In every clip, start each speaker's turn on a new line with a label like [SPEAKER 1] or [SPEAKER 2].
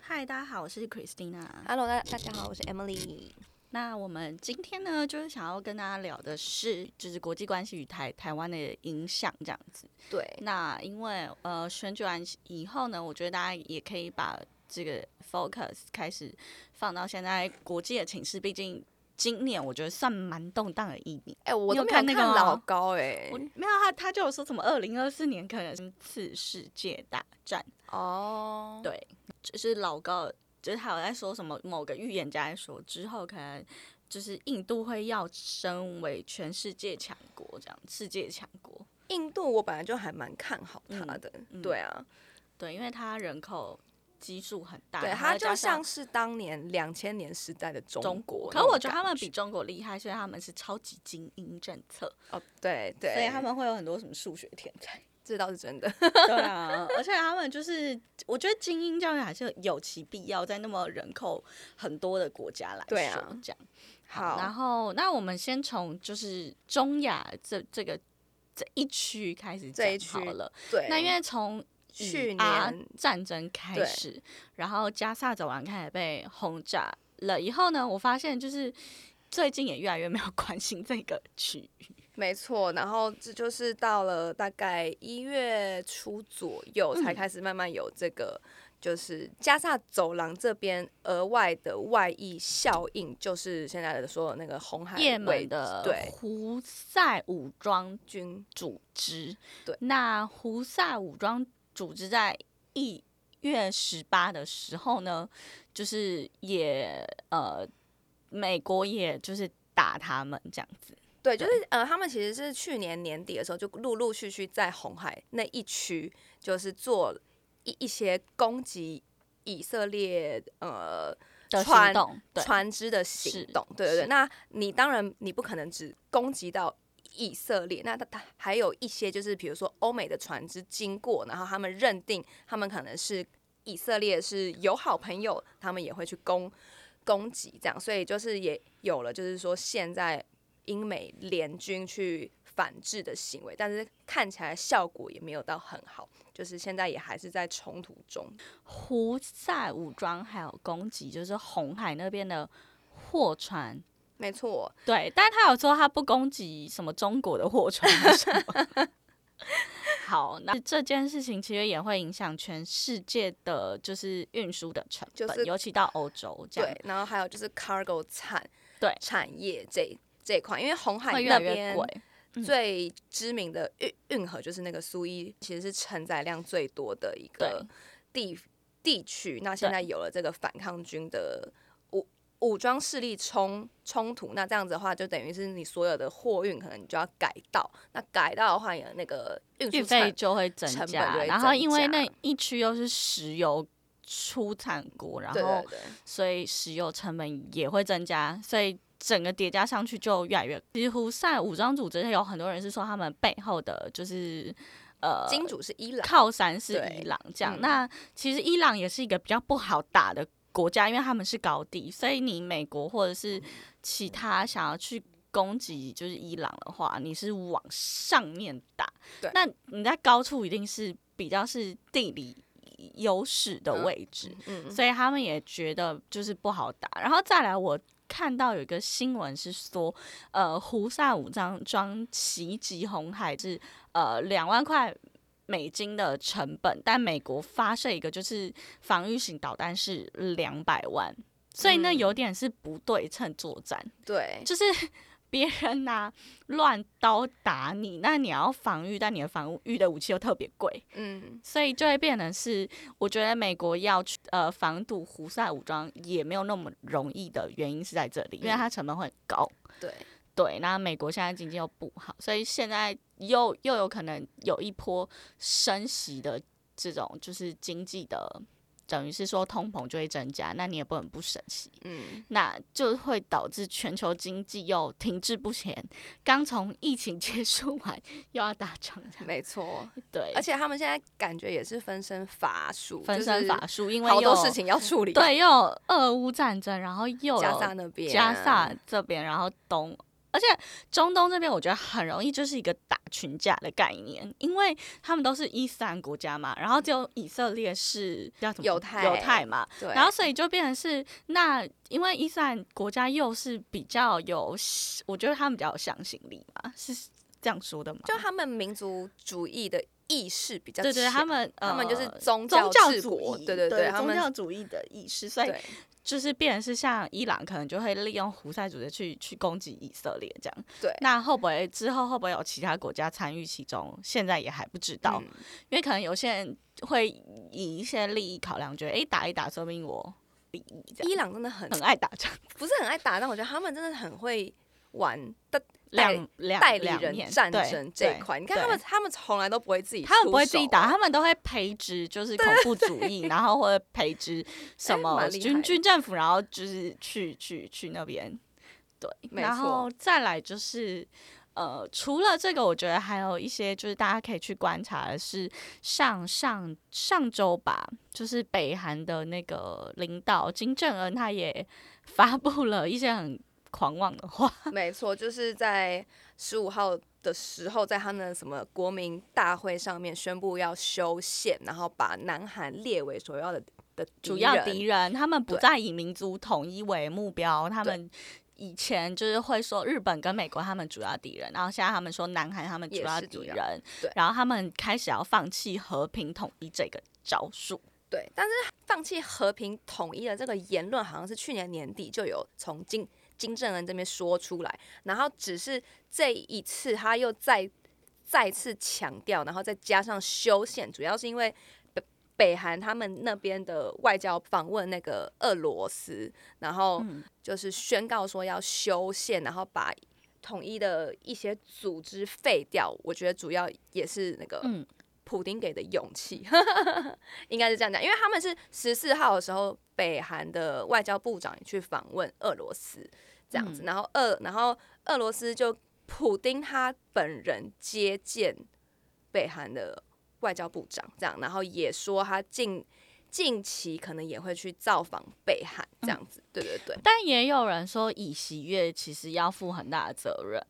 [SPEAKER 1] 嗨，大家好，我是 Christina。
[SPEAKER 2] Hello，大大家好，我是 Emily。
[SPEAKER 1] 那我们今天呢，就是想要跟大家聊的是，就是国际关系与台台湾的影响这样子。
[SPEAKER 2] 对，
[SPEAKER 1] 那因为呃选举完以后呢，我觉得大家也可以把这个 focus 开始放到现在国际的情势，毕竟今年我觉得算蛮动荡的一年。
[SPEAKER 2] 哎、我
[SPEAKER 1] 你有
[SPEAKER 2] 都没有
[SPEAKER 1] 看那个吗
[SPEAKER 2] 老高哎、
[SPEAKER 1] 我没有他，他就有说什么二零二四年可能是次世界大战，
[SPEAKER 2] 哦，
[SPEAKER 1] 对就是老高，就是他有在说什么某个预言家在说之后可能就是印度会要升为全世界强国这样，世界强国。
[SPEAKER 2] 印度我本来就还蛮看好他的，
[SPEAKER 1] 嗯
[SPEAKER 2] 对啊，
[SPEAKER 1] 对，因为他人口基数很大，
[SPEAKER 2] 对
[SPEAKER 1] 然后
[SPEAKER 2] 他
[SPEAKER 1] 再
[SPEAKER 2] 就
[SPEAKER 1] 加上
[SPEAKER 2] 像是当年两千年时代的中
[SPEAKER 1] 中
[SPEAKER 2] 国
[SPEAKER 1] 可
[SPEAKER 2] 那种感，
[SPEAKER 1] 我觉得他们比中国厉害，所以他们是超级精英政策，
[SPEAKER 2] 哦，对对，
[SPEAKER 1] 所以他们会有很多什么数学天才。
[SPEAKER 2] 这倒是真的，
[SPEAKER 1] 对啊，而且他们就是，我觉得精英教育还是有其必要，在那么人口很多的国家来说，
[SPEAKER 2] 对啊
[SPEAKER 1] 这样。
[SPEAKER 2] 好
[SPEAKER 1] 然后那我们先从就是中亚这这个这一区开始讲
[SPEAKER 2] 这一
[SPEAKER 1] 好
[SPEAKER 2] 区
[SPEAKER 1] 了。
[SPEAKER 2] 对，
[SPEAKER 1] 那因为从以
[SPEAKER 2] 去
[SPEAKER 1] 阿
[SPEAKER 2] 年
[SPEAKER 1] 战争开
[SPEAKER 2] 对
[SPEAKER 1] 始，然后加萨走廊开始被轰炸了以后呢，我发现就是最近也越来越没有 关心这个区域。
[SPEAKER 2] 没错，然后这就是到了大概一月初左右，才
[SPEAKER 1] 嗯
[SPEAKER 2] 开始慢慢有这个，就是加萨走廊这边额外的外溢效应，就是现在的说的那个红海
[SPEAKER 1] 也
[SPEAKER 2] 卫
[SPEAKER 1] 门的
[SPEAKER 2] 哎对
[SPEAKER 1] 胡塞武装
[SPEAKER 2] 军，
[SPEAKER 1] 组织。
[SPEAKER 2] 对
[SPEAKER 1] 那胡塞武装组织在一月十八的时候呢，就是也呃，美国也就是打他们这样子。
[SPEAKER 2] 对，就是呃，他们其实是去年年底的时候就陆陆续续在红海那一区，就是做一一些攻击以色列呃
[SPEAKER 1] 的
[SPEAKER 2] 船
[SPEAKER 1] 行动，对，
[SPEAKER 2] 船只的行
[SPEAKER 1] 是
[SPEAKER 2] 动，对对对。
[SPEAKER 1] 是
[SPEAKER 2] 那你当然你不可能只攻击到以色列，那它它还有一些就是比如说欧美的船只经过，然后他们认定他们可能是以色列是友好朋友，他们也会去攻攻击这样，所以就是也有了就是说现在英美联军去反制的行为，但是看起来效果也没有到很好，就是现在也还是在冲突中。
[SPEAKER 1] 胡塞武装还有攻击，就是红海那边的货船。
[SPEAKER 2] 没错，
[SPEAKER 1] 对，但他有说他不攻击什么中国的货船还是什么。 好，那这件事情其实也会影响全世界的，就是运输的成本，
[SPEAKER 2] 就是
[SPEAKER 1] 尤其到欧洲这样
[SPEAKER 2] 对，，然后还有就是 cargo 产
[SPEAKER 1] 对
[SPEAKER 2] 产业这这一块，因为红海
[SPEAKER 1] 会越
[SPEAKER 2] 那
[SPEAKER 1] 来越
[SPEAKER 2] 边
[SPEAKER 1] 贵。嗯
[SPEAKER 2] 最知名的运运河就是那个苏伊，其实是承载量最多的一个地地区。那现在有了这个反抗军的武武装势力冲冲突，那这样子的话，就等于是你所有的货运可能你就要改道。那改道的话，有那个运
[SPEAKER 1] 运
[SPEAKER 2] 输
[SPEAKER 1] 费
[SPEAKER 2] 产
[SPEAKER 1] 就会增
[SPEAKER 2] 成本就
[SPEAKER 1] 加，
[SPEAKER 2] 会
[SPEAKER 1] 然后
[SPEAKER 2] 增
[SPEAKER 1] 因为那
[SPEAKER 2] 加
[SPEAKER 1] 一区又是石油出产国，然
[SPEAKER 2] 对
[SPEAKER 1] 后
[SPEAKER 2] 对对。
[SPEAKER 1] 所以石油成本也会增加，所以整个叠加上去就越来越。其实胡塞武装组织有很多人是说他们背后的就是呃
[SPEAKER 2] 金主是伊朗，
[SPEAKER 1] 靠山是
[SPEAKER 2] 对
[SPEAKER 1] 伊朗这样。
[SPEAKER 2] 嗯
[SPEAKER 1] 那其实伊朗也是一个比较不好打的国家，因为他们是高地，所以你美国或者是
[SPEAKER 2] 嗯
[SPEAKER 1] 其他想要去。攻击就是伊朗的话，你是往上面打，
[SPEAKER 2] 对
[SPEAKER 1] 那你在高处一定是比较是地理优势的
[SPEAKER 2] 嗯
[SPEAKER 1] 位置，
[SPEAKER 2] 嗯，
[SPEAKER 1] 所以他们也觉得就是不好打。然后再来，我看到有一个新闻是说，呃，胡塞武装装袭击红海是呃两万块。美金的成本，但美国发射一个就是防御型导弹是两百万，所以那
[SPEAKER 2] 嗯
[SPEAKER 1] 有点是不对称作战。
[SPEAKER 2] 对，
[SPEAKER 1] 就是 别人拿乱刀打你，那你要防御，但你的防御的武器又特别贵，
[SPEAKER 2] 嗯，
[SPEAKER 1] 所以就会变成是，我觉得美国要去呃防堵胡塞武装也没有那么容易的原因是在这里，因为它成本会很高。
[SPEAKER 2] 对，
[SPEAKER 1] 对，那美国现在经济又不好，所以现在又又有可能有一波升息的这种就是经济的，等于是说通膨就会增加，那你也不能不升息。
[SPEAKER 2] 嗯，
[SPEAKER 1] 那就会导致全球经济又停滞不前。刚从疫情结束完，又要打仗这样，
[SPEAKER 2] 没错。
[SPEAKER 1] 对，
[SPEAKER 2] 而且他们现在感觉也是分身乏术，
[SPEAKER 1] 分
[SPEAKER 2] 就
[SPEAKER 1] 身
[SPEAKER 2] 是
[SPEAKER 1] 乏术，因为
[SPEAKER 2] 好多
[SPEAKER 1] 又
[SPEAKER 2] 事情要处理。，
[SPEAKER 1] 对，又有俄乌战争，然后又有
[SPEAKER 2] 加萨那边，
[SPEAKER 1] 加萨这边，然后东，而且中东这边我觉得很容易就是一个打群架的概念，因为他们都是伊斯兰国家嘛，然后只有以色列是叫什么
[SPEAKER 2] 犹太
[SPEAKER 1] 犹太嘛，
[SPEAKER 2] 对，
[SPEAKER 1] 然后所以就变成是那，因为伊斯兰国家又是比较有，我觉得他们比较有向心力嘛，是这样说的吗？
[SPEAKER 2] 就他们民族主义的意识比较
[SPEAKER 1] 对对，
[SPEAKER 2] 强
[SPEAKER 1] 他们、呃、
[SPEAKER 2] 他们就是宗
[SPEAKER 1] 宗
[SPEAKER 2] 教治
[SPEAKER 1] 主
[SPEAKER 2] 国，
[SPEAKER 1] 义，
[SPEAKER 2] 对对，他
[SPEAKER 1] 宗
[SPEAKER 2] 们
[SPEAKER 1] 教主义的意识，所以
[SPEAKER 2] 对
[SPEAKER 1] 就是变成是像伊朗可能就会利用胡塞组织去去攻击以色列这样。
[SPEAKER 2] 对
[SPEAKER 1] 那会不会之后会不会有其他国家参与其中？现在也还不知道，
[SPEAKER 2] 嗯
[SPEAKER 1] 因为可能有些人会以一些利益考量，觉得诶打一打，说明我利益这样。
[SPEAKER 2] 伊朗真的很
[SPEAKER 1] 很爱打仗，
[SPEAKER 2] 不是很爱打，但我觉得他们真的很会玩的代
[SPEAKER 1] 两两
[SPEAKER 2] 代理
[SPEAKER 1] 两
[SPEAKER 2] 人
[SPEAKER 1] 面
[SPEAKER 2] 战
[SPEAKER 1] 对
[SPEAKER 2] 争这一
[SPEAKER 1] 对
[SPEAKER 2] 块。你看
[SPEAKER 1] 对
[SPEAKER 2] 他们，他们从来都不会自己出手，
[SPEAKER 1] 他们不会自己打，他们都会培植就是恐怖主义，然后或者培 植什
[SPEAKER 2] 哎
[SPEAKER 1] 么
[SPEAKER 2] 蛮厉
[SPEAKER 1] 军
[SPEAKER 2] 害
[SPEAKER 1] 军政府，然后就是去去去那边。对，
[SPEAKER 2] 没
[SPEAKER 1] 然
[SPEAKER 2] 错
[SPEAKER 1] 后再来就是。呃，除了这个，我觉得还有一些就是大家可以去观察的是上上上周吧，就是北韩的那个领导金正恩，他也发布了一些很狂妄的话，
[SPEAKER 2] 没错，就是在十五号的时候，在他们的什么国民大会上面宣布要修宪，然后把南韩列为首要的的
[SPEAKER 1] 主要敌
[SPEAKER 2] 人。
[SPEAKER 1] 人，他们不
[SPEAKER 2] 对
[SPEAKER 1] 再以民族统一为目标，他们以前就是会说日本跟美国他们主要敌人，然后现在他们说南韩他们主
[SPEAKER 2] 也
[SPEAKER 1] 要
[SPEAKER 2] 是
[SPEAKER 1] 敌
[SPEAKER 2] 主要
[SPEAKER 1] 人
[SPEAKER 2] 对，
[SPEAKER 1] 然后他们开始要放弃和平统一这个招数。
[SPEAKER 2] 对，但是放弃和平统一的这个言论，好像是去年年底就有从金金正恩这边说出来，然后只是这一次他又再再次强调，然后再加上修宪，主要是因为北北韩他们那边的外交访问那个俄罗斯，然后就是宣告说要修宪，然后把。统一的一些组织废掉，我觉得主要也是那个
[SPEAKER 1] 嗯
[SPEAKER 2] 普丁给的勇气， 应该是这样讲，因为他们是十四号的时候，北韩的外交部长也去访问俄罗斯，这样子，然后俄然后俄罗斯就普丁他本人接见北韩的外交部长，这样，然后也说他近近期可能也会去造访北韩，这样
[SPEAKER 1] 嗯
[SPEAKER 2] 子，对对对，
[SPEAKER 1] 但也有人说，以喜悦其实要负很大的责任，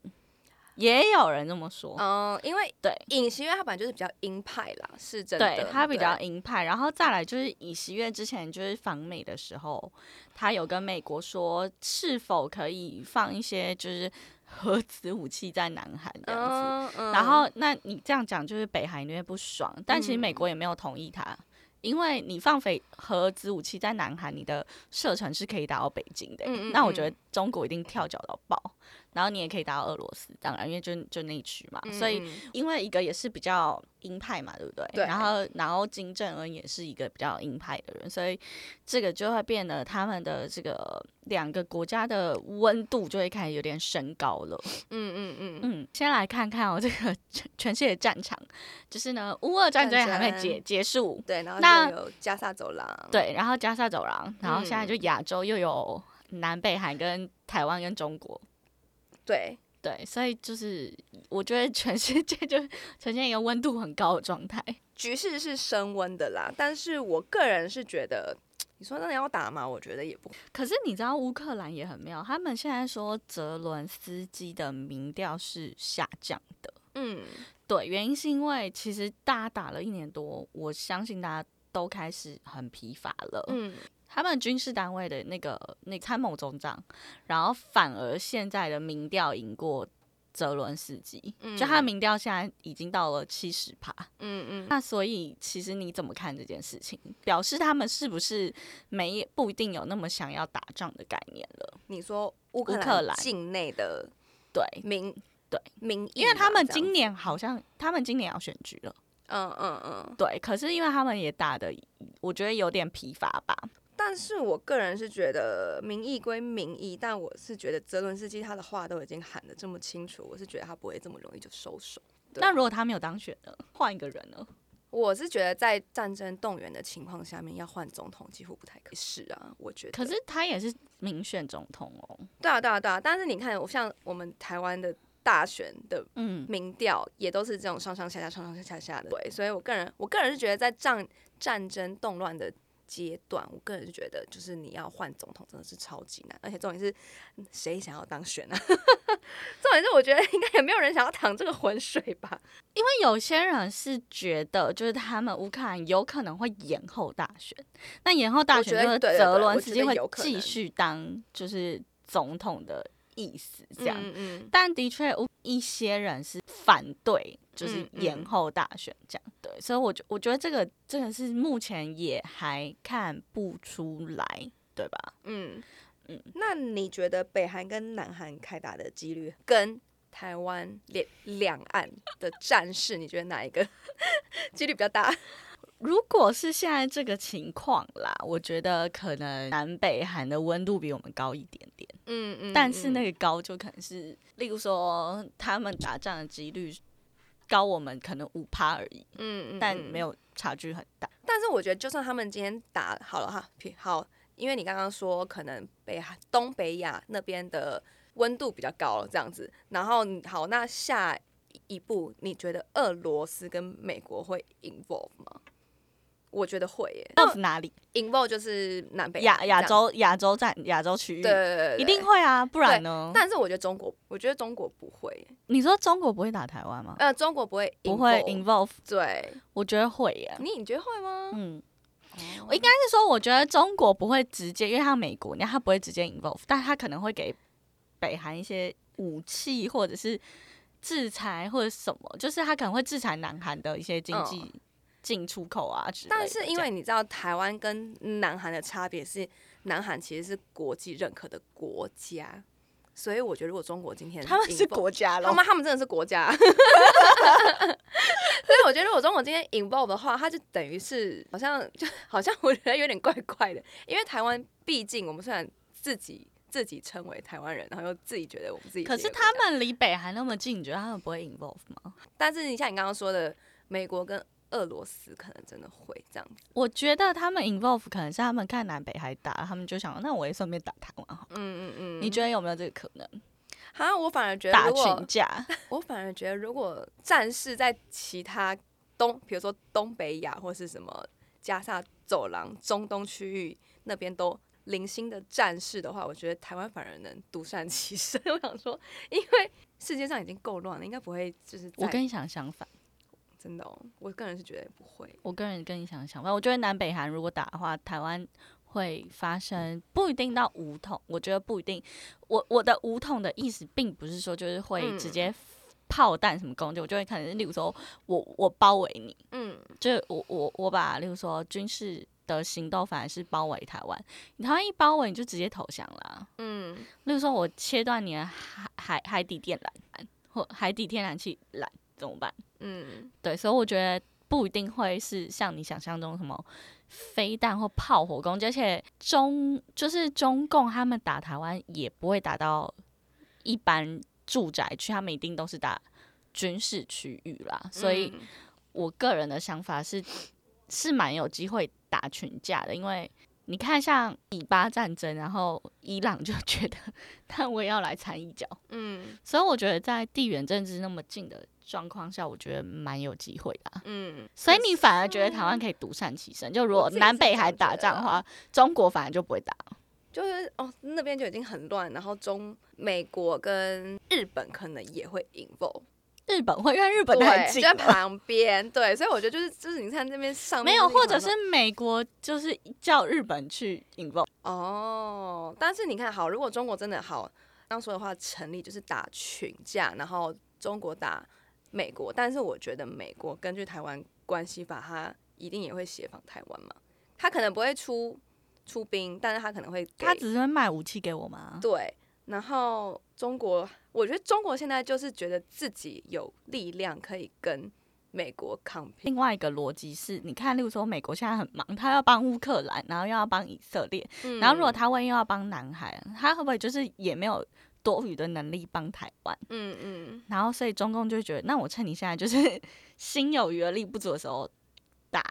[SPEAKER 1] 也有人这么说。
[SPEAKER 2] 嗯，因为
[SPEAKER 1] 哦对，
[SPEAKER 2] 尹锡悦他本来就是比较鹰派啦，是真的，
[SPEAKER 1] 对他比较
[SPEAKER 2] 对
[SPEAKER 1] 鹰派，然后再来就是以喜悦之前就是访美的时候，他有跟美国说是否可以放一些就是核子武器在南韩这样子。
[SPEAKER 2] 嗯嗯
[SPEAKER 1] 然后，那你这样讲就是北韩因为不爽，但其实美
[SPEAKER 2] 嗯
[SPEAKER 1] 国也没有同意他，因为你放飞核子武器在南韩，你的射程是可以打到北京的欸、
[SPEAKER 2] 嗯嗯
[SPEAKER 1] 那我觉
[SPEAKER 2] 嗯
[SPEAKER 1] 得中国一定跳脚到爆，然后你也可以打到俄罗斯，当然因为就就那一区嘛，所以
[SPEAKER 2] 嗯嗯
[SPEAKER 1] 因为一个也是比较鹰派嘛，对不对？
[SPEAKER 2] 对
[SPEAKER 1] 然后，然后金正恩也是一个比较鹰派的人，所以这个就会变得他们的这个两个国家的温度就会开始有点升高了。
[SPEAKER 2] 嗯嗯嗯，
[SPEAKER 1] 嗯，先来看看哦，这个全全世界的战场，就是呢，乌俄战争
[SPEAKER 2] 战争
[SPEAKER 1] 还没结结束，
[SPEAKER 2] 对，然
[SPEAKER 1] 那
[SPEAKER 2] 后就有加萨走廊，
[SPEAKER 1] 对，然后加沙走廊，然后现在就
[SPEAKER 2] 嗯
[SPEAKER 1] 亚洲又有南北韩跟台湾跟中国，
[SPEAKER 2] 对，
[SPEAKER 1] 对，所以就是我觉得全世界就呈现一个温度很高的状态。
[SPEAKER 2] 局势是升温的啦，但是我个人是觉得，你说真的要打吗？我觉得也不，
[SPEAKER 1] 可是你知道乌克兰也很妙，他们现在说泽伦斯基的民调是下降的。
[SPEAKER 2] 嗯，
[SPEAKER 1] 对，原因是因为其实大家打了一年多，我相信大家都开始很疲乏了。
[SPEAKER 2] 嗯，
[SPEAKER 1] 他们军事单位的那个那参谋总长，然后反而现在的民调赢过泽伦斯基，
[SPEAKER 2] 嗯
[SPEAKER 1] 就他的民调现在已经到了七十趴。
[SPEAKER 2] 嗯嗯，
[SPEAKER 1] 那所以其实你怎么看这件事情？表示他们是不是没不一定有那么想要打仗的概念了？
[SPEAKER 2] 你说乌克
[SPEAKER 1] 乌克
[SPEAKER 2] 兰
[SPEAKER 1] 兰
[SPEAKER 2] 境内的
[SPEAKER 1] 对，
[SPEAKER 2] 民
[SPEAKER 1] 对
[SPEAKER 2] 民意嘛，
[SPEAKER 1] 因为他们
[SPEAKER 2] 这样
[SPEAKER 1] 今，年好像他们今年要选举了，
[SPEAKER 2] 嗯嗯嗯，
[SPEAKER 1] 对，可是因为他们也打的，我觉得有点疲乏吧。
[SPEAKER 2] 但是我个人是觉得民意归民意，但我是觉得泽伦斯基他的话都已经喊得这么清楚，我是觉得他不会这么容易就收手。对啊
[SPEAKER 1] 那如果他没有当选呢？换一个人呢？
[SPEAKER 2] 我是觉得在战争动员的情况下面，要换总统几乎不太可是啊，我觉得。
[SPEAKER 1] 可是他也是民选总统哦。
[SPEAKER 2] 对啊，对啊，对啊。但是你看，我像我们台湾的大选的
[SPEAKER 1] 嗯，
[SPEAKER 2] 民调，也都是这种上上下下、上上下下的。对，所以我个人，我个人是觉得，在战战争动乱的阶段，我个人是觉得，就是你要换总统真的是超级难，而且重点是嗯谁想要当选啊？ 重点是我觉得应该也没有人想要淌这个浑水吧？
[SPEAKER 1] 因为有些人是觉得，就是他们乌克兰有可能会延后大选，那延后大
[SPEAKER 2] 我
[SPEAKER 1] 选
[SPEAKER 2] 觉得
[SPEAKER 1] 就是
[SPEAKER 2] 对对
[SPEAKER 1] 泽
[SPEAKER 2] 对
[SPEAKER 1] 伦
[SPEAKER 2] 我
[SPEAKER 1] 斯
[SPEAKER 2] 觉
[SPEAKER 1] 基
[SPEAKER 2] 得
[SPEAKER 1] 会
[SPEAKER 2] 有可
[SPEAKER 1] 继
[SPEAKER 2] 能
[SPEAKER 1] 续当就是总统的意思这样。
[SPEAKER 2] 嗯嗯，
[SPEAKER 1] 但的确，乌一些人是反对，就是
[SPEAKER 2] 嗯嗯
[SPEAKER 1] 延后大选这样。对，所以我觉我觉得这个这个是目前也还看不出来，对吧？
[SPEAKER 2] 嗯
[SPEAKER 1] 嗯
[SPEAKER 2] 嗯，那你觉得北韩跟南韩开打的几率跟台湾两两岸的战事，你觉得哪一个 几率比较大？
[SPEAKER 1] 如果是现在这个情况啦，我觉得可能南北韩的温度比我们高一点点。
[SPEAKER 2] 嗯嗯
[SPEAKER 1] 但是那
[SPEAKER 2] 个
[SPEAKER 1] 个高就可能是，例如说他们打仗的几率高我们可能五趴而已，
[SPEAKER 2] 嗯
[SPEAKER 1] 但没
[SPEAKER 2] 有。
[SPEAKER 1] 有差距很大。
[SPEAKER 2] 但是我觉得，就算他们今天打好了哈，譬好，因为你刚刚说可能北韩东北亚那边的温度比较高了，这样子。然后你好，那下一步你觉得俄罗斯跟美国会 involve 吗？我觉得会耶
[SPEAKER 1] 到哪里？
[SPEAKER 2] ，involve 就是南北
[SPEAKER 1] 亚
[SPEAKER 2] 韩
[SPEAKER 1] 亚
[SPEAKER 2] 这样
[SPEAKER 1] 洲亚洲站亚洲区域
[SPEAKER 2] 对对对对
[SPEAKER 1] 一定。会啊，不然呢？
[SPEAKER 2] 但是我觉得中国，我觉得中国不会耶，
[SPEAKER 1] 你说中国不会打台湾吗？
[SPEAKER 2] 呃，中国不会
[SPEAKER 1] 不会
[SPEAKER 2] involve
[SPEAKER 1] involve，
[SPEAKER 2] 对，
[SPEAKER 1] 我觉得会耶。
[SPEAKER 2] 你你觉得会吗？
[SPEAKER 1] 嗯，
[SPEAKER 2] 哦
[SPEAKER 1] 我应该是说，我觉得中国不会直接，因为他美国，你看他不会直接 involve，但他可能会给北韩一些武器或者是制裁或者什么，就是他可能会制裁南韩的一些经济进出口啊之类的
[SPEAKER 2] 但是因
[SPEAKER 1] 这样
[SPEAKER 2] 为你知道台湾跟南韩的差别是，南韩其实是国际认可的国家，所以我觉得如果中国今天
[SPEAKER 1] 他们是
[SPEAKER 2] involve-
[SPEAKER 1] 国家
[SPEAKER 2] 他
[SPEAKER 1] 了，
[SPEAKER 2] 们他们真的是国 家，所以我觉得如果中国今天 involve 的话，它就等于是好像就好像我觉得有点怪怪的，因为台湾毕竟我们虽然自己自己称为台湾人，然后又自己觉得我们自己
[SPEAKER 1] 可
[SPEAKER 2] 一
[SPEAKER 1] 是
[SPEAKER 2] 个国
[SPEAKER 1] 他
[SPEAKER 2] 家
[SPEAKER 1] 们离北韩那么近，你觉得他们不会 involve 吗？
[SPEAKER 2] 但是你像你刚刚说的，美国跟俄罗斯可能真的会这样子，
[SPEAKER 1] 我觉得他们 involve 可能是他们看南北韩打，他们就想，那我也顺便打台湾好了。
[SPEAKER 2] 嗯嗯嗯
[SPEAKER 1] 你觉得有没有这个可能？
[SPEAKER 2] 啊，我反而觉得，
[SPEAKER 1] 打
[SPEAKER 2] 如
[SPEAKER 1] 群
[SPEAKER 2] 果
[SPEAKER 1] 架？
[SPEAKER 2] 我反而觉得，如果战事在其他东，比如说东北亚或是什么加沙走廊、中东区域那边都零星的战事的话，我觉得台湾反而能独善其身。 我想说，因为世界上已经够乱了，应该不会就是
[SPEAKER 1] 我
[SPEAKER 2] 在
[SPEAKER 1] 跟你想相反。
[SPEAKER 2] 真的、哦，我个人是觉得不会。
[SPEAKER 1] 我个人跟你想的想法，我觉得南北韩如果打的话，台湾会发生不一定到武统，我觉得不一定。我我的武统的意思，并不是说就是会
[SPEAKER 2] 嗯
[SPEAKER 1] 直接炮弹什么攻击，我就会可能，例如说我我包围你，
[SPEAKER 2] 嗯，
[SPEAKER 1] 就是我我我把，例如说军事的行动反而是包围台湾，你台湾一包围你就直接投降啦。
[SPEAKER 2] 嗯，
[SPEAKER 1] 例如说我切断你的海海海底电缆或海底天然气缆怎么办？
[SPEAKER 2] 嗯，
[SPEAKER 1] 对，所以我觉得不一定会是像你想象中什么飞弹或炮火攻击，而且中就是中共他们打台湾也不会打到一般住宅区，他们一定都是打军事区域啦。所以
[SPEAKER 2] 嗯
[SPEAKER 1] 我个人的想法是，是蛮有机会打群架的，因为。你看，像以巴战争，然后伊朗就觉得，那我也要来掺一脚，
[SPEAKER 2] 嗯
[SPEAKER 1] 所以我觉得在地缘政治那么近的状况下，我觉得蛮有机会的啊、
[SPEAKER 2] 嗯，
[SPEAKER 1] 所以你反而觉得台湾可以独善其身，就如果
[SPEAKER 2] 我自己
[SPEAKER 1] 南北
[SPEAKER 2] 是这样
[SPEAKER 1] 还打仗的话，中国反而就不会打。
[SPEAKER 2] 就是哦，那边就已经很乱，然后中美国跟日本可能也会 involve。
[SPEAKER 1] 日本会，因为日本太
[SPEAKER 2] 对，
[SPEAKER 1] 近
[SPEAKER 2] 就在
[SPEAKER 1] 了。
[SPEAKER 2] 旁边，对，所以我觉得就是就是你看这边上面
[SPEAKER 1] 没有，
[SPEAKER 2] 就是一
[SPEAKER 1] 或
[SPEAKER 2] 个
[SPEAKER 1] 者是
[SPEAKER 2] 很
[SPEAKER 1] 美国就是叫日本去引爆，
[SPEAKER 2] 哦，但是你看好，如果中国真的好，刚说的话成立就是打群架，然后中国打美国，但是我觉得美国根据台湾关系法，它一定也会协防台湾嘛，他可能不会出出兵，但是他可能会给
[SPEAKER 1] 他只是会卖武器给我们啊。
[SPEAKER 2] 对，然后中国，我觉得中国现在就是觉得自己有力量可以跟美国抗衡。
[SPEAKER 1] 另外一个逻辑是，你看，例如说美国现在很忙，他要帮乌克兰，然后又要帮以色列，然后如果他万一又要帮南海，啊他会不会就是也没有多余的能力帮台湾？
[SPEAKER 2] 嗯嗯
[SPEAKER 1] 然后所以中共就觉得，那我趁你现在就是 心有余而力不足的时候打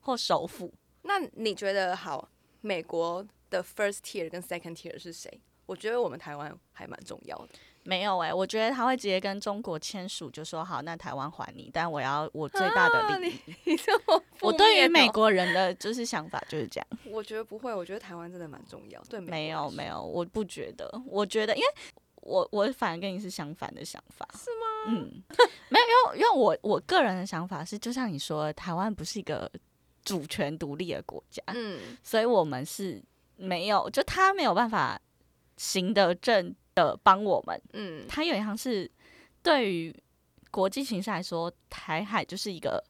[SPEAKER 1] 或首付。
[SPEAKER 2] 那你觉得好， 美国的 first tier 跟 second tier 是谁？我觉得我们台湾还蛮重要的。
[SPEAKER 1] 没有哎、我觉得他会直接跟中国签署，就说好，那台湾还你，但我要我最大的利益。
[SPEAKER 2] 你你这么负
[SPEAKER 1] 我对
[SPEAKER 2] 面
[SPEAKER 1] 于
[SPEAKER 2] 哦
[SPEAKER 1] 美，国人的就是想法就是这样。
[SPEAKER 2] 我觉得不会，我觉得台湾真的蛮重要。对，
[SPEAKER 1] 没有没
[SPEAKER 2] 有，
[SPEAKER 1] 有，我不觉得，我觉得因为。我我反而跟你是相反的想法，是吗？嗯，没有，因为因为我我个人的想法是，就像你说的，台湾不是一个主权独立的国家，
[SPEAKER 2] 嗯，
[SPEAKER 1] 所以我们是没有，就他没有办法行得正的帮我们，
[SPEAKER 2] 嗯，
[SPEAKER 1] 他有点像是对于国际形势来说，台海就是一个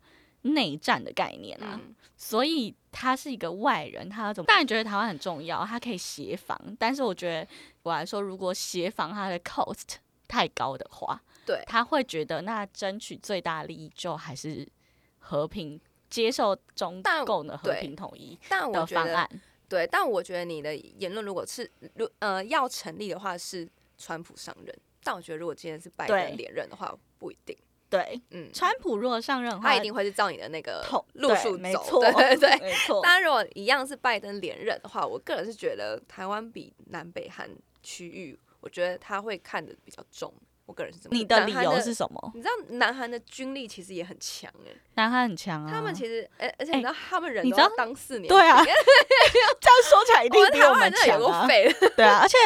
[SPEAKER 1] 内战的概念啊，
[SPEAKER 2] 嗯
[SPEAKER 1] 所以他是一个外人，他要怎么？当然觉得台湾很重要，他可以协防，但是我觉得我来说，如果协防他的 cost 太高的话，
[SPEAKER 2] 对，
[SPEAKER 1] 他会觉得那争取最大利益就还是和平，接受中
[SPEAKER 2] 但
[SPEAKER 1] 共的和
[SPEAKER 2] 对
[SPEAKER 1] 平统一
[SPEAKER 2] 但我
[SPEAKER 1] 的
[SPEAKER 2] 觉
[SPEAKER 1] 方
[SPEAKER 2] 得
[SPEAKER 1] 案。
[SPEAKER 2] 嗯对，但我觉得你的言论如果是如呃要成立的话，是川普上任。但我觉得如果今天是拜
[SPEAKER 1] 对
[SPEAKER 2] 登连任的话，不一定。
[SPEAKER 1] 对，
[SPEAKER 2] 嗯，
[SPEAKER 1] 川普如果上任的话，
[SPEAKER 2] 他一定会是照你的那个
[SPEAKER 1] 统
[SPEAKER 2] 路
[SPEAKER 1] 对
[SPEAKER 2] 数走。
[SPEAKER 1] 没错，
[SPEAKER 2] 对对对。
[SPEAKER 1] 没错。
[SPEAKER 2] 当然，如果一样是拜登连任的话，我个人是觉得台湾比南北韩区域，我觉得他会看得比较重。我个人是这么
[SPEAKER 1] 你
[SPEAKER 2] 觉得。
[SPEAKER 1] 的理
[SPEAKER 2] 南韩
[SPEAKER 1] 由是？什么？
[SPEAKER 2] 你知道南韩的军力其实也很强哎、
[SPEAKER 1] 南韩很强啊，
[SPEAKER 2] 他们其
[SPEAKER 1] 实
[SPEAKER 2] 实，而、而且
[SPEAKER 1] 哎
[SPEAKER 2] 你知道他们人
[SPEAKER 1] 你
[SPEAKER 2] 都
[SPEAKER 1] 知
[SPEAKER 2] 要
[SPEAKER 1] 道
[SPEAKER 2] 当四年，
[SPEAKER 1] 对 啊，这样说起来一
[SPEAKER 2] 我
[SPEAKER 1] 定
[SPEAKER 2] 们
[SPEAKER 1] 比
[SPEAKER 2] 哦台湾
[SPEAKER 1] 们
[SPEAKER 2] 人真的
[SPEAKER 1] 强
[SPEAKER 2] 有够
[SPEAKER 1] 啊。
[SPEAKER 2] 废的。
[SPEAKER 1] 对啊，而且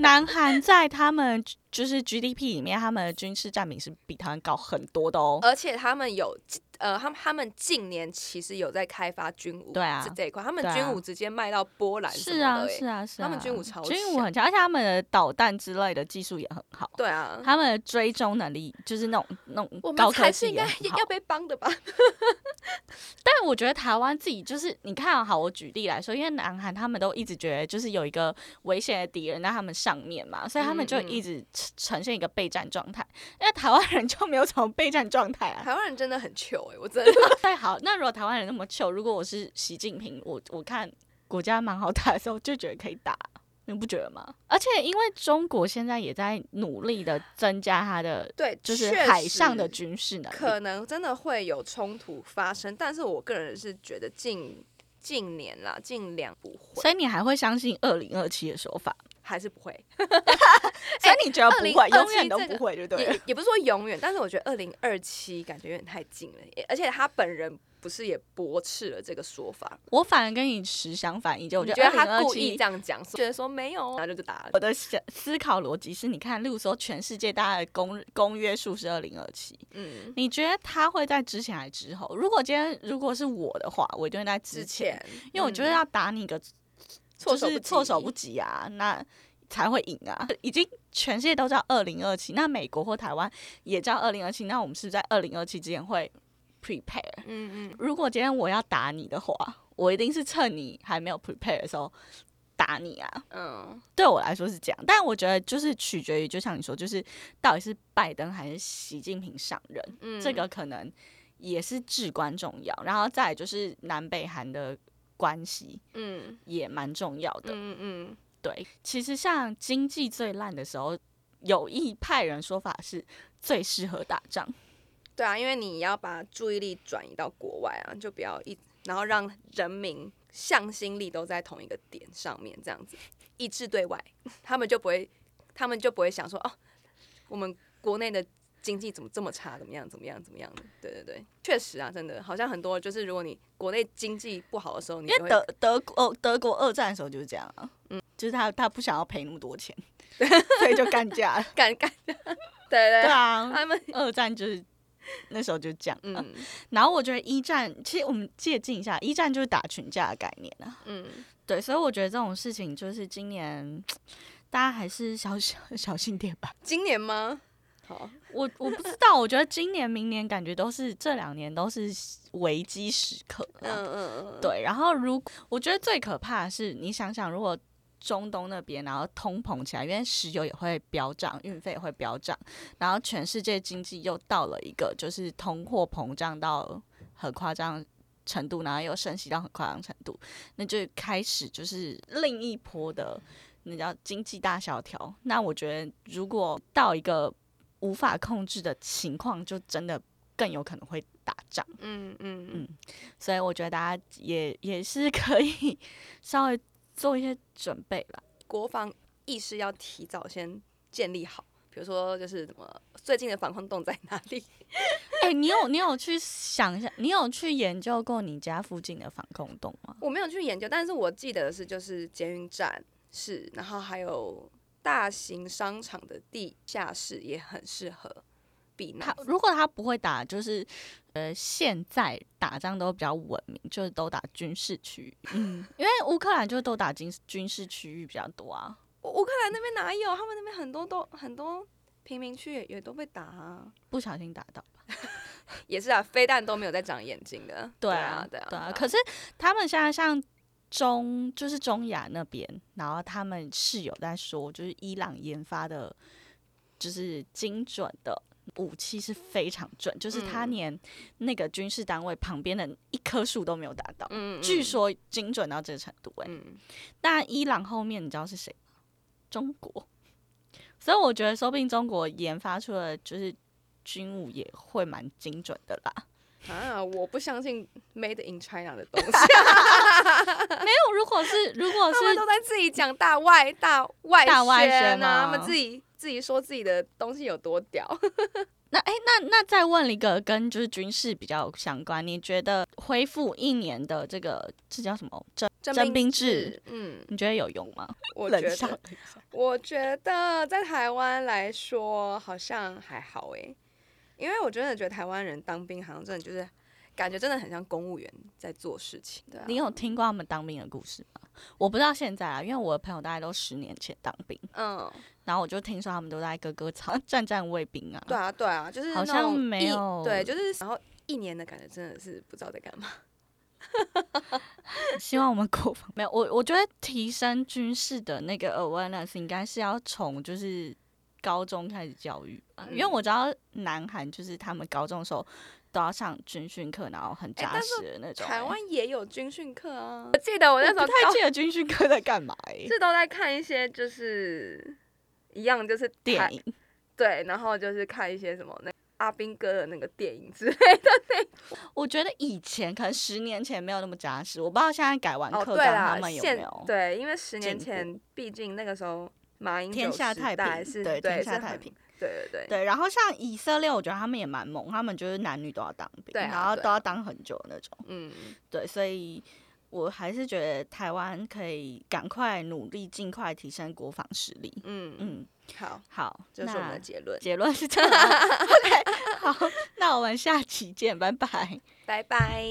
[SPEAKER 1] 南韩在他们就是 GDP 里面，他们的军事占比是比台湾高很多的哦。
[SPEAKER 2] 而且他们有呃，他们他们近年其实有在开发军武，
[SPEAKER 1] 对啊
[SPEAKER 2] 是这一块，他们
[SPEAKER 1] 对啊
[SPEAKER 2] 军武直接卖到波兰什么
[SPEAKER 1] 是
[SPEAKER 2] 的
[SPEAKER 1] 啊，
[SPEAKER 2] 欸
[SPEAKER 1] 是啊，是啊。
[SPEAKER 2] 他们军武超
[SPEAKER 1] 军武
[SPEAKER 2] 强
[SPEAKER 1] 很强，而且他们的导弹之类的技术也很好，
[SPEAKER 2] 对啊，
[SPEAKER 1] 他们的追踪能力就是那种那
[SPEAKER 2] 我
[SPEAKER 1] 种
[SPEAKER 2] 们
[SPEAKER 1] 高科
[SPEAKER 2] 才是
[SPEAKER 1] 技
[SPEAKER 2] 应
[SPEAKER 1] 也
[SPEAKER 2] 该
[SPEAKER 1] 很
[SPEAKER 2] 要
[SPEAKER 1] 好。
[SPEAKER 2] 要被帮的吧？
[SPEAKER 1] 但我觉得台湾自己就是，你看啊好，我举例来说，因为南韩他们都一直觉得就是有一个危险的敌人在他们上面嘛，所以他们就
[SPEAKER 2] 嗯嗯
[SPEAKER 1] 一直呈呈现一个备战状态。那台湾人就没有什么备战状态 啊，
[SPEAKER 2] 台湾人真的很糗哎、我真的
[SPEAKER 1] 对，好，那如果台湾人那么糗，如果我是习近平，我我看国家蛮好打的时候，就觉得可以打，你不觉得吗？而且因为中国现在也在努力的增加它的
[SPEAKER 2] 对，
[SPEAKER 1] 就是
[SPEAKER 2] 确
[SPEAKER 1] 海上的
[SPEAKER 2] 实
[SPEAKER 1] 军事能力，
[SPEAKER 2] 可能真的会有冲突发生，但是我个人是觉得近近年啦，近两不会，
[SPEAKER 1] 所以你还会相信二零二七的说法？
[SPEAKER 2] 还是不会，
[SPEAKER 1] 所以你觉得不会，
[SPEAKER 2] 2027
[SPEAKER 1] 永远都
[SPEAKER 2] 这个
[SPEAKER 1] 不会，对不对了？
[SPEAKER 2] 也也不是说永远，但是我觉得二零二七感觉有点太近了，也而且他本人不是也驳斥了这个说法，
[SPEAKER 1] 我反而跟你持相反意见，我
[SPEAKER 2] 你
[SPEAKER 1] 觉
[SPEAKER 2] 觉
[SPEAKER 1] 得
[SPEAKER 2] 得
[SPEAKER 1] 二零
[SPEAKER 2] 他
[SPEAKER 1] 二
[SPEAKER 2] 故意
[SPEAKER 1] 七
[SPEAKER 2] 这。样讲，觉得说没有，哦然后就就打了
[SPEAKER 1] 我。的想思考逻辑是，你看，例如说，全世界大家的公公约数是二零二七，
[SPEAKER 2] 嗯，
[SPEAKER 1] 你觉得他会在之前还是之后？如果今天如果是我的话，我一定会在之
[SPEAKER 2] 之
[SPEAKER 1] 前，
[SPEAKER 2] 前，
[SPEAKER 1] 因为我觉得
[SPEAKER 2] 嗯
[SPEAKER 1] 要打你个
[SPEAKER 2] 措
[SPEAKER 1] 就
[SPEAKER 2] 手
[SPEAKER 1] 是
[SPEAKER 2] 不
[SPEAKER 1] 措手不
[SPEAKER 2] 及。
[SPEAKER 1] 及啊，那才会赢啊。 已经全世界都叫二零二七，那美国或台湾也叫二零二七，那我们是不是在二零二七之前会 prepare。
[SPEAKER 2] 嗯嗯，
[SPEAKER 1] 如果今天我要打你的话，我一定是趁你还没有 prepare 的时候打你啊。
[SPEAKER 2] 嗯，
[SPEAKER 1] 对我来说是这样，但我觉得就是取决于，就像你说，就是到底是拜登还是习近平上任。
[SPEAKER 2] 嗯
[SPEAKER 1] 这个可能也是至关重要。然后再来就是南北韩的关系
[SPEAKER 2] 嗯
[SPEAKER 1] 也蛮重要的。
[SPEAKER 2] 嗯嗯
[SPEAKER 1] 对，其实像经济最烂的时候，有一派人说法是最适合打仗。
[SPEAKER 2] 嗯，对啊，因为你要把注意力转移到国外啊，就不要一，然后让人民向心力都在同一个点上面，这样子一致对外， 他们就不会，他们就不会想说哦，我们国内的。经济怎么这么差？怎么样？怎么样？怎么样的？对对对，确实啊，真的好像很多就是，如果你国内经济不好的时候，你
[SPEAKER 1] 因
[SPEAKER 2] 就
[SPEAKER 1] 为
[SPEAKER 2] 会
[SPEAKER 1] 德德国、哦、德国二战的时候就是这样啊，嗯，就是他他不想要赔那么多 钱， 所以就干架了。
[SPEAKER 2] 干 干，对对
[SPEAKER 1] 对
[SPEAKER 2] 对，
[SPEAKER 1] 啊，
[SPEAKER 2] 他们
[SPEAKER 1] 二战就是那时候就这样、啊。
[SPEAKER 2] 嗯
[SPEAKER 1] 然后我觉得一战，其实我们借鉴一下，一战就是打群架的概念啊。
[SPEAKER 2] 嗯，
[SPEAKER 1] 对，所以我觉得这种事情就是今年大家还是小小小心 点吧。
[SPEAKER 2] 今年吗？好，
[SPEAKER 1] 我我不知道，我觉得今年、明年感觉都是这两年都是危机时刻、
[SPEAKER 2] 嗯
[SPEAKER 1] 嗯，
[SPEAKER 2] 嗯嗯，
[SPEAKER 1] 对，然后如我觉得最可怕的是，你想想，如果中东那边然后通膨起来，因为石油也会飙涨，运费也会飙涨，然后全世界经济又到了一个就是通货膨胀到很夸张。程度，然后又升息到很夸张程度，那就开始就是另一波的那叫经济大萧条。那我觉得，如果到一个无法控制的情况，就真的更有可能会打仗。
[SPEAKER 2] 嗯嗯
[SPEAKER 1] 嗯
[SPEAKER 2] 嗯，
[SPEAKER 1] 所以我觉得大家也也是可以 稍微做一些准备啦。
[SPEAKER 2] 国防意识要提早先建立好。比如说就是什么最近的防空洞在哪里？
[SPEAKER 1] 哎、你有你有去想一下，你有去研究过你家附近的防空洞吗？
[SPEAKER 2] 我没有去研究，但是我记得的是就是捷运站是，然后还有大型商场的地下室也很适合避
[SPEAKER 1] 他
[SPEAKER 2] 难。
[SPEAKER 1] 如果他不会打，就是呃，现在打仗都比较文明，就是都打军事区域。嗯，因为乌克兰就都打军军事区域比较多啊。
[SPEAKER 2] 乌乌克兰那边哪有？他们那边很多都很多贫民区也也都被打啊，
[SPEAKER 1] 不小心打到吧，
[SPEAKER 2] 也是啊，飞弹都没有在长眼睛的。
[SPEAKER 1] 啊，
[SPEAKER 2] 对啊，
[SPEAKER 1] 对啊。可是他们现在像中，就是中亚那边，然后他们是有在说，就是伊朗研发的，就是精准的武器是非常准，就是他
[SPEAKER 2] 嗯
[SPEAKER 1] 连那个军事单位旁边的一棵树都没有打到，
[SPEAKER 2] 嗯，嗯
[SPEAKER 1] 据，说精准到这个程度、欸，
[SPEAKER 2] 嗯，
[SPEAKER 1] 但伊朗后面你知道是谁吗？中国。所以我觉得，说不定中国研发出的就是军武也会蛮精准的啦。
[SPEAKER 2] 啊，我不相信 Made in China 的 东西，
[SPEAKER 1] 没有，如果是如 果
[SPEAKER 2] 他们
[SPEAKER 1] 是
[SPEAKER 2] 都在自己讲大外大外
[SPEAKER 1] 大外
[SPEAKER 2] 宣
[SPEAKER 1] 宣
[SPEAKER 2] 啊，他
[SPEAKER 1] 吗
[SPEAKER 2] 们自己自己说自己的东西有多屌。
[SPEAKER 1] 那哎、那那再问一个跟就是军事比较相关，你觉得恢复一年的这个这叫什么征
[SPEAKER 2] 征
[SPEAKER 1] 征
[SPEAKER 2] 兵
[SPEAKER 1] 兵制，，
[SPEAKER 2] 嗯，
[SPEAKER 1] 你觉得有用吗？
[SPEAKER 2] 我觉
[SPEAKER 1] 冷笑了
[SPEAKER 2] 得，
[SPEAKER 1] 一下
[SPEAKER 2] 我觉得在台湾来说好像还好诶、因为我真的觉得台湾人当兵好像真的就是感觉真的很像公务员在做事情。对啊
[SPEAKER 1] 你有听过他们当兵的故事吗？我不知道现在啊，因为我的朋友大概都十年前当兵，
[SPEAKER 2] 嗯，
[SPEAKER 1] 然后我就听说他们都在各个场 战战卫兵啊。
[SPEAKER 2] 对啊，对啊，就是
[SPEAKER 1] 好
[SPEAKER 2] 那
[SPEAKER 1] 像
[SPEAKER 2] 种
[SPEAKER 1] 没
[SPEAKER 2] 一
[SPEAKER 1] 有
[SPEAKER 2] 对，就是然后一年的感觉真的是不知道在干嘛。
[SPEAKER 1] 希望我们国防没有我，我觉得提升军事的那个 awareness 应该是要从就是高中开始教育吧，因为
[SPEAKER 2] 嗯
[SPEAKER 1] 我知道南韩就是他们高中的时候都要上军训课，然后很
[SPEAKER 2] 哎
[SPEAKER 1] 扎
[SPEAKER 2] 但是
[SPEAKER 1] 实的那种、
[SPEAKER 2] 台
[SPEAKER 1] 哎
[SPEAKER 2] 湾也有军训课啊，我记得我那时候
[SPEAKER 1] 不太
[SPEAKER 2] 高
[SPEAKER 1] 记得军训课在干嘛、哎，
[SPEAKER 2] 是都在看一些就是一样就是台
[SPEAKER 1] 电影
[SPEAKER 2] 对，然后就是看一些什么那阿兵哥的那个电影之类
[SPEAKER 1] 我觉得以前可能十年前没有那么扎实，我不知道现在改完
[SPEAKER 2] 哦，
[SPEAKER 1] 课
[SPEAKER 2] 对
[SPEAKER 1] 纲、嗯
[SPEAKER 2] 啦
[SPEAKER 1] 他，们有
[SPEAKER 2] 现
[SPEAKER 1] 没有。
[SPEAKER 2] 对，因为十年
[SPEAKER 1] 进
[SPEAKER 2] 前，毕竟那个时候马英
[SPEAKER 1] 天
[SPEAKER 2] 九
[SPEAKER 1] 下
[SPEAKER 2] 时
[SPEAKER 1] 太
[SPEAKER 2] 代
[SPEAKER 1] 平
[SPEAKER 2] 是
[SPEAKER 1] 对
[SPEAKER 2] 对
[SPEAKER 1] 天
[SPEAKER 2] 是
[SPEAKER 1] 下太
[SPEAKER 2] 很
[SPEAKER 1] 平，
[SPEAKER 2] 对对对。
[SPEAKER 1] 对，然后像以色列，我觉得他们也蛮猛，他们就是男女都要当兵，
[SPEAKER 2] 对啊
[SPEAKER 1] 然后
[SPEAKER 2] 对
[SPEAKER 1] 都
[SPEAKER 2] 啊
[SPEAKER 1] 要当很久的那种。
[SPEAKER 2] 嗯，
[SPEAKER 1] 对，所以我还是觉得台湾可以赶快努力，尽快提升国防实力。
[SPEAKER 2] 嗯嗯，
[SPEAKER 1] 嗯，
[SPEAKER 2] 好，
[SPEAKER 1] 好，
[SPEAKER 2] 这是我们的
[SPEAKER 1] 那
[SPEAKER 2] 结论，
[SPEAKER 1] 结论 是这样。OK，好，那我们下期见，拜拜。
[SPEAKER 2] 拜拜。